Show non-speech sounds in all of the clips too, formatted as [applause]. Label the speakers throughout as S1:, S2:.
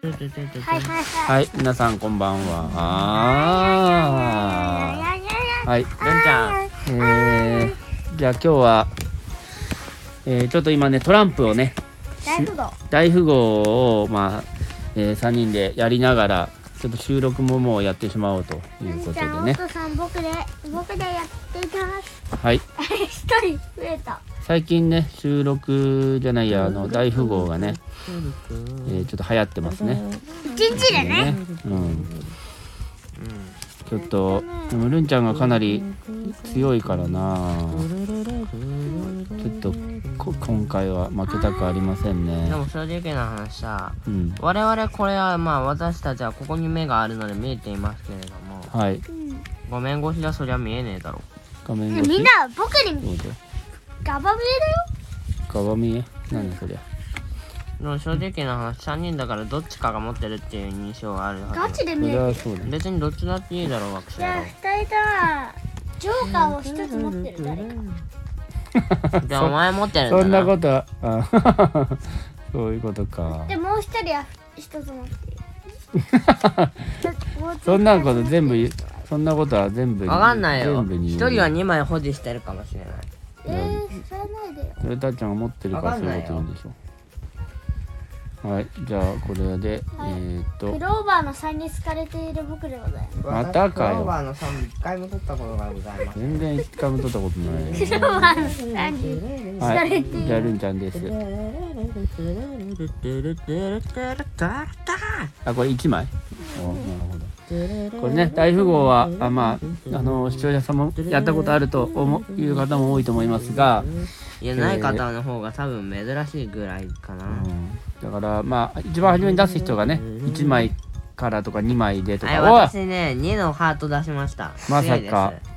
S1: てててて
S2: はいはいはい。
S1: はい、皆さんこんばんは。はい、レンちゃん。えー、じゃあ今日は、えー、ちょっと今ね、トランプをね、
S2: 大富豪。
S1: 大富豪を、まあ、え3人でやりながら、ちょっと収録ももうやってしまおうとい
S2: な
S1: うこ
S2: ん
S1: と
S2: ち
S1: で
S2: ゃん、お
S1: ね。
S2: 父さん、僕で、僕でやっていきます。
S1: はい、
S2: 一人増えた。
S1: 最近ね、収録じゃないや、あの、大富豪がね、えーちょっと流行ってますね。
S2: 一日でね。
S1: うん、ちょっとでもルンちゃんがかなり強いからなちょっとこ今回は負けたくありませんね
S3: でも正直な話さ
S1: うん
S3: 我々これはまあ私たちはここに目があるので見えていますけれども
S1: はい
S3: 画面越しじゃそりゃ見えねえだろ
S1: 画面
S2: ね
S1: 越し
S2: みんな、僕
S1: ど
S2: に
S1: うだ
S2: ガバ見えだよ。
S1: 側見え何そりゃ
S3: でも正直な話3人だからどっちかが持ってるっていう印象があるはず
S2: ガチで
S1: そ
S2: 見え
S1: り
S2: る。
S1: ゃそうだね
S3: 別にどっちだっていいだろう学生
S2: じゃあ、二人とは、ジョーカーを一つ持ってる誰か。
S3: じゃあお前持ってるんだ
S1: そんな
S3: な
S1: ことはあ [laughs] そういうことか
S2: で、もう一人は一つ持っている。ちょっともうちょっ
S1: そんなこと全部言うそんなことは全部
S3: わかんないよ
S1: 全部に
S3: 一
S1: 言う
S3: 人は2枚保持してるかもしれない
S2: えー、それないでよ。
S1: それたっちゃんが持ってるから
S3: わか
S1: そ
S3: ん
S1: う
S3: ないいうよ
S1: ことなんでしょうはいじゃあこれで、えーっ
S2: ク
S1: と
S2: ローバーの3に好かれている僕でございます。
S1: またかよ
S3: 私クローバーの3一回も取ったことがございます
S1: 全然一回も取ったこと [laughs] ない
S2: クローバーの3に。
S1: は
S2: 疲れ
S1: い
S2: てる
S1: じゃあるんちゃんですあこれ一枚おなるほどこれね大富豪はあまああの視聴者さんもやったことあると思ういう方も多いと思いますが、
S3: いやない方の方が多分珍しいぐらいかな、
S1: うんだからまあ一番初めに出す人がね1枚からとか2枚でと
S3: はい、
S1: か
S3: 私ね、2のハート出しました。
S1: まさか
S3: 強いです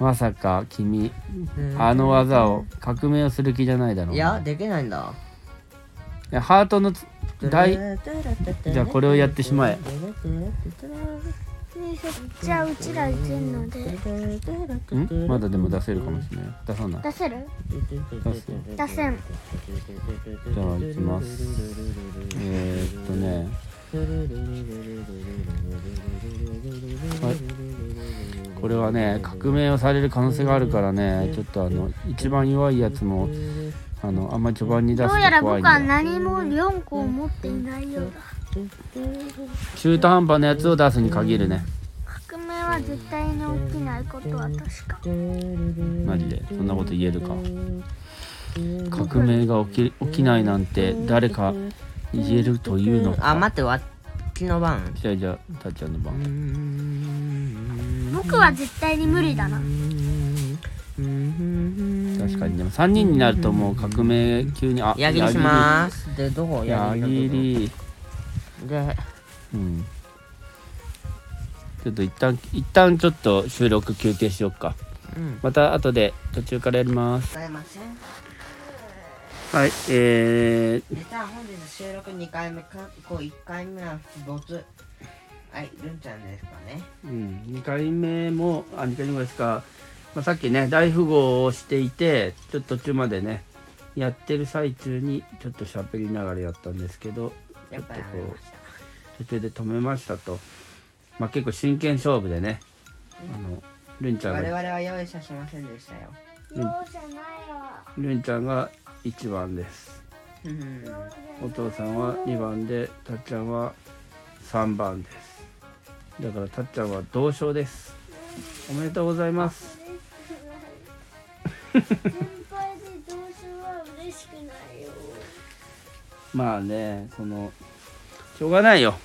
S1: おまさか君
S3: うん
S1: あの技を革命をする気じゃないだろう
S3: い
S1: な
S3: や、できないんだ。
S1: いやハートのつ大じゃあこれをやってしまえ
S2: じゃあ、うちら出るので。
S1: んまだでも出せるかもしれない出さない
S2: 出せる
S1: 出す
S2: 出せん。
S1: じゃあいきますえー、っとねはいこれはね革命をされる可能性があるからねちょっとあの一番弱いやつもあのあんまり序盤に出
S2: ど
S1: す
S2: うやら
S1: と
S2: 僕
S1: 怖いん
S2: は
S1: だよ
S2: 何も4個を持っていないようだ。
S1: 中途半端なやつを出すに限るね
S2: 革命は絶対に起きないことは確か。
S1: マジでそんなこと言えるか革命が起き起きないなんて誰か言えるというのか
S3: あ、待って、わっちの番。
S1: じゃあじゃあたっちゃんの番
S2: 僕は絶対に無理だな。
S1: 確かにでも3人になるともう革命急にあ
S3: 矢切りします。で、どこ
S1: 矢
S3: 矢切
S1: 切
S3: り
S1: り
S3: で、
S1: うんちょっと一旦一旦ちょっと収録休憩しよっか
S3: うん。
S1: また後で途中からやります
S3: ございません。
S1: はいえ
S3: 実は本日収録2回目かこう1回目は没はいルンちゃんですかね
S1: ー、うん、2回目もあ2回目ですか、まあ、さっきね大富豪をしていてちょっと途中までねやってる最中にちょっと喋りながらやったんですけどち
S3: や
S1: ょ
S3: っ
S1: っと
S3: ぱ
S1: こ
S3: りやめ
S1: う
S3: ました
S1: 途中で止めましたと、まあ、結構真剣勝負でねあのルンちゃん
S3: 我
S1: が
S3: 々は用意させませんでしたよ
S2: 容赦ないわ。
S1: ルンちゃんが1番です
S3: うん
S1: お父さんは2番 [laughs] でたっちゃんは3番ですだからたっちゃんは同賞ですおめでとうございます
S2: 嬉しくない先輩でどうしようは嬉しくないよ。
S1: まあねそのしょうがないよ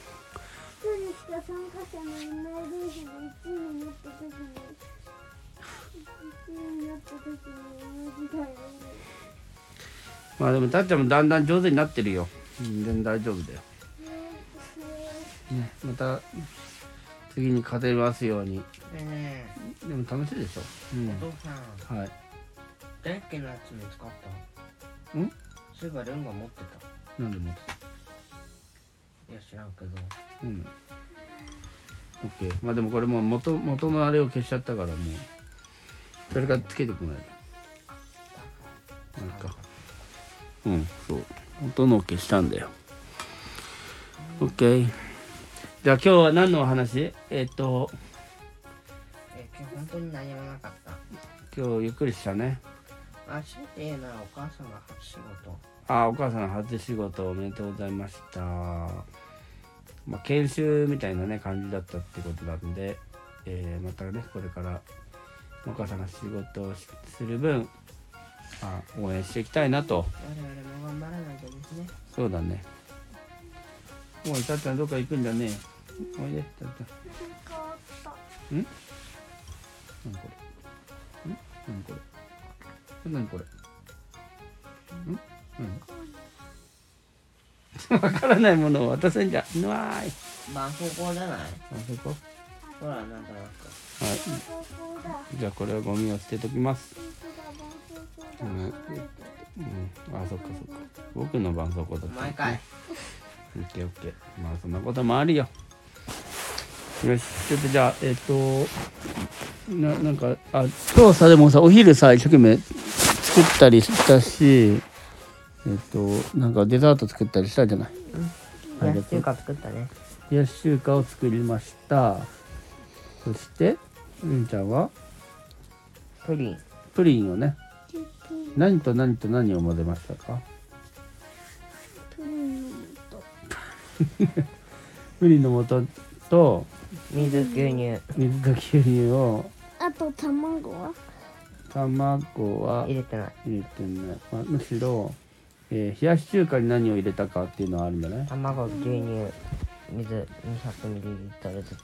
S2: 一人しか参加者のいないレースで1位になった時に、1位になった時に同じだよね。
S1: まあでもたっちゃんもだんだん上手になってるよ全然大丈夫だよ、ね、また次に勝てますように
S3: でね
S1: でも楽しいでしょ、
S3: お父さん
S1: うん、はい
S3: 電気のやつ見つかった
S1: ん
S3: そういえばルンが持ってた
S1: なんでも
S3: いや知らんけど
S1: うん。オッケー。まあでもこれもう元元のあれを消しちゃったからもう誰かつけてこないで。なんか。うん、そう。元のを消したんだよ。 OK じゃあ今日は何のお話えっと
S3: え今日本当に何もなかった。
S1: 今日ゆっくりしたね
S3: まあ、強いて言うならお母様が仕事。
S1: あお母さん初仕事おめでとうございました、まあ、研修みたいなね感じだったってことなんで、えーまたねこれからお母さんが仕事をしする分、まあ、応援していきたいなと
S3: 我々も頑張らないとですね。
S1: そうだねもうたっちゃんどっか行くんだねおいでたっちゃん
S2: 変わった。
S1: 何これん何これ何これん何 [laughs] わからないものを渡せんじゃうわーい
S3: まあ、方向じゃない
S1: あそこ
S3: ほら、なんとなく。
S1: はい
S2: 高校だ。
S1: じゃあこれはゴミを捨てときます。
S2: 本当だ、
S1: うん
S2: 絆創膏だ。離れて
S1: うん。あそっかそっか。僕の絆創膏だった、
S3: 毎回。。
S1: オッケーオッケー。まあそんなこともあるよ。よし。ちょっとじゃあえっ、とななんかあ今日さでもさお昼さ一生懸命作ったりしたし。えっと、なんかデザート作ったりしたじゃない
S3: 冷やし中華作ったね。
S1: 冷やし中華を作りましたそしてうんちゃんは
S3: プリン。
S1: プリンをね
S2: キュッキュ
S1: 何と何と何を混ぜましたか
S2: プリンの素
S1: プリンの素と
S3: 水、牛乳。
S1: 水と牛乳を
S2: あと卵は
S1: 卵は
S3: 入れてない。
S1: 入れてない、まあ、むしろ、えー冷やし中華に何を入れたかっていうのはあるんだね
S3: 卵、牛乳、水、200ミリリットルずつ。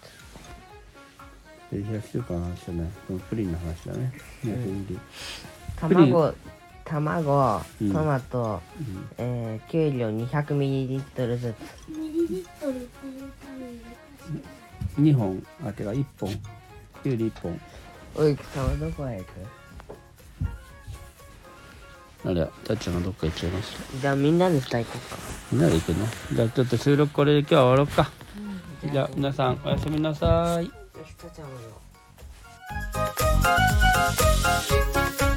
S1: で冷やし中華の話じゃないそのプリンの話だね冷やし中プリン
S3: 卵、卵、
S1: うん
S3: トマト、
S1: うん
S3: えー、きゅうりを200ミリリットルずつ。
S2: ミリリットルっていう単位だから
S1: 2本あてか1本きゅうり1本
S3: おいくさんはどこへ行く
S1: あれたっちゃんがどっか行っちゃいました
S3: じゃあみんなで歌いこうか。
S1: みんなで行くのじゃあちょっと収録これで今日は終わろうかじゃあ皆さんおやすみなさい
S3: ひとちゃんもよ。
S2: 「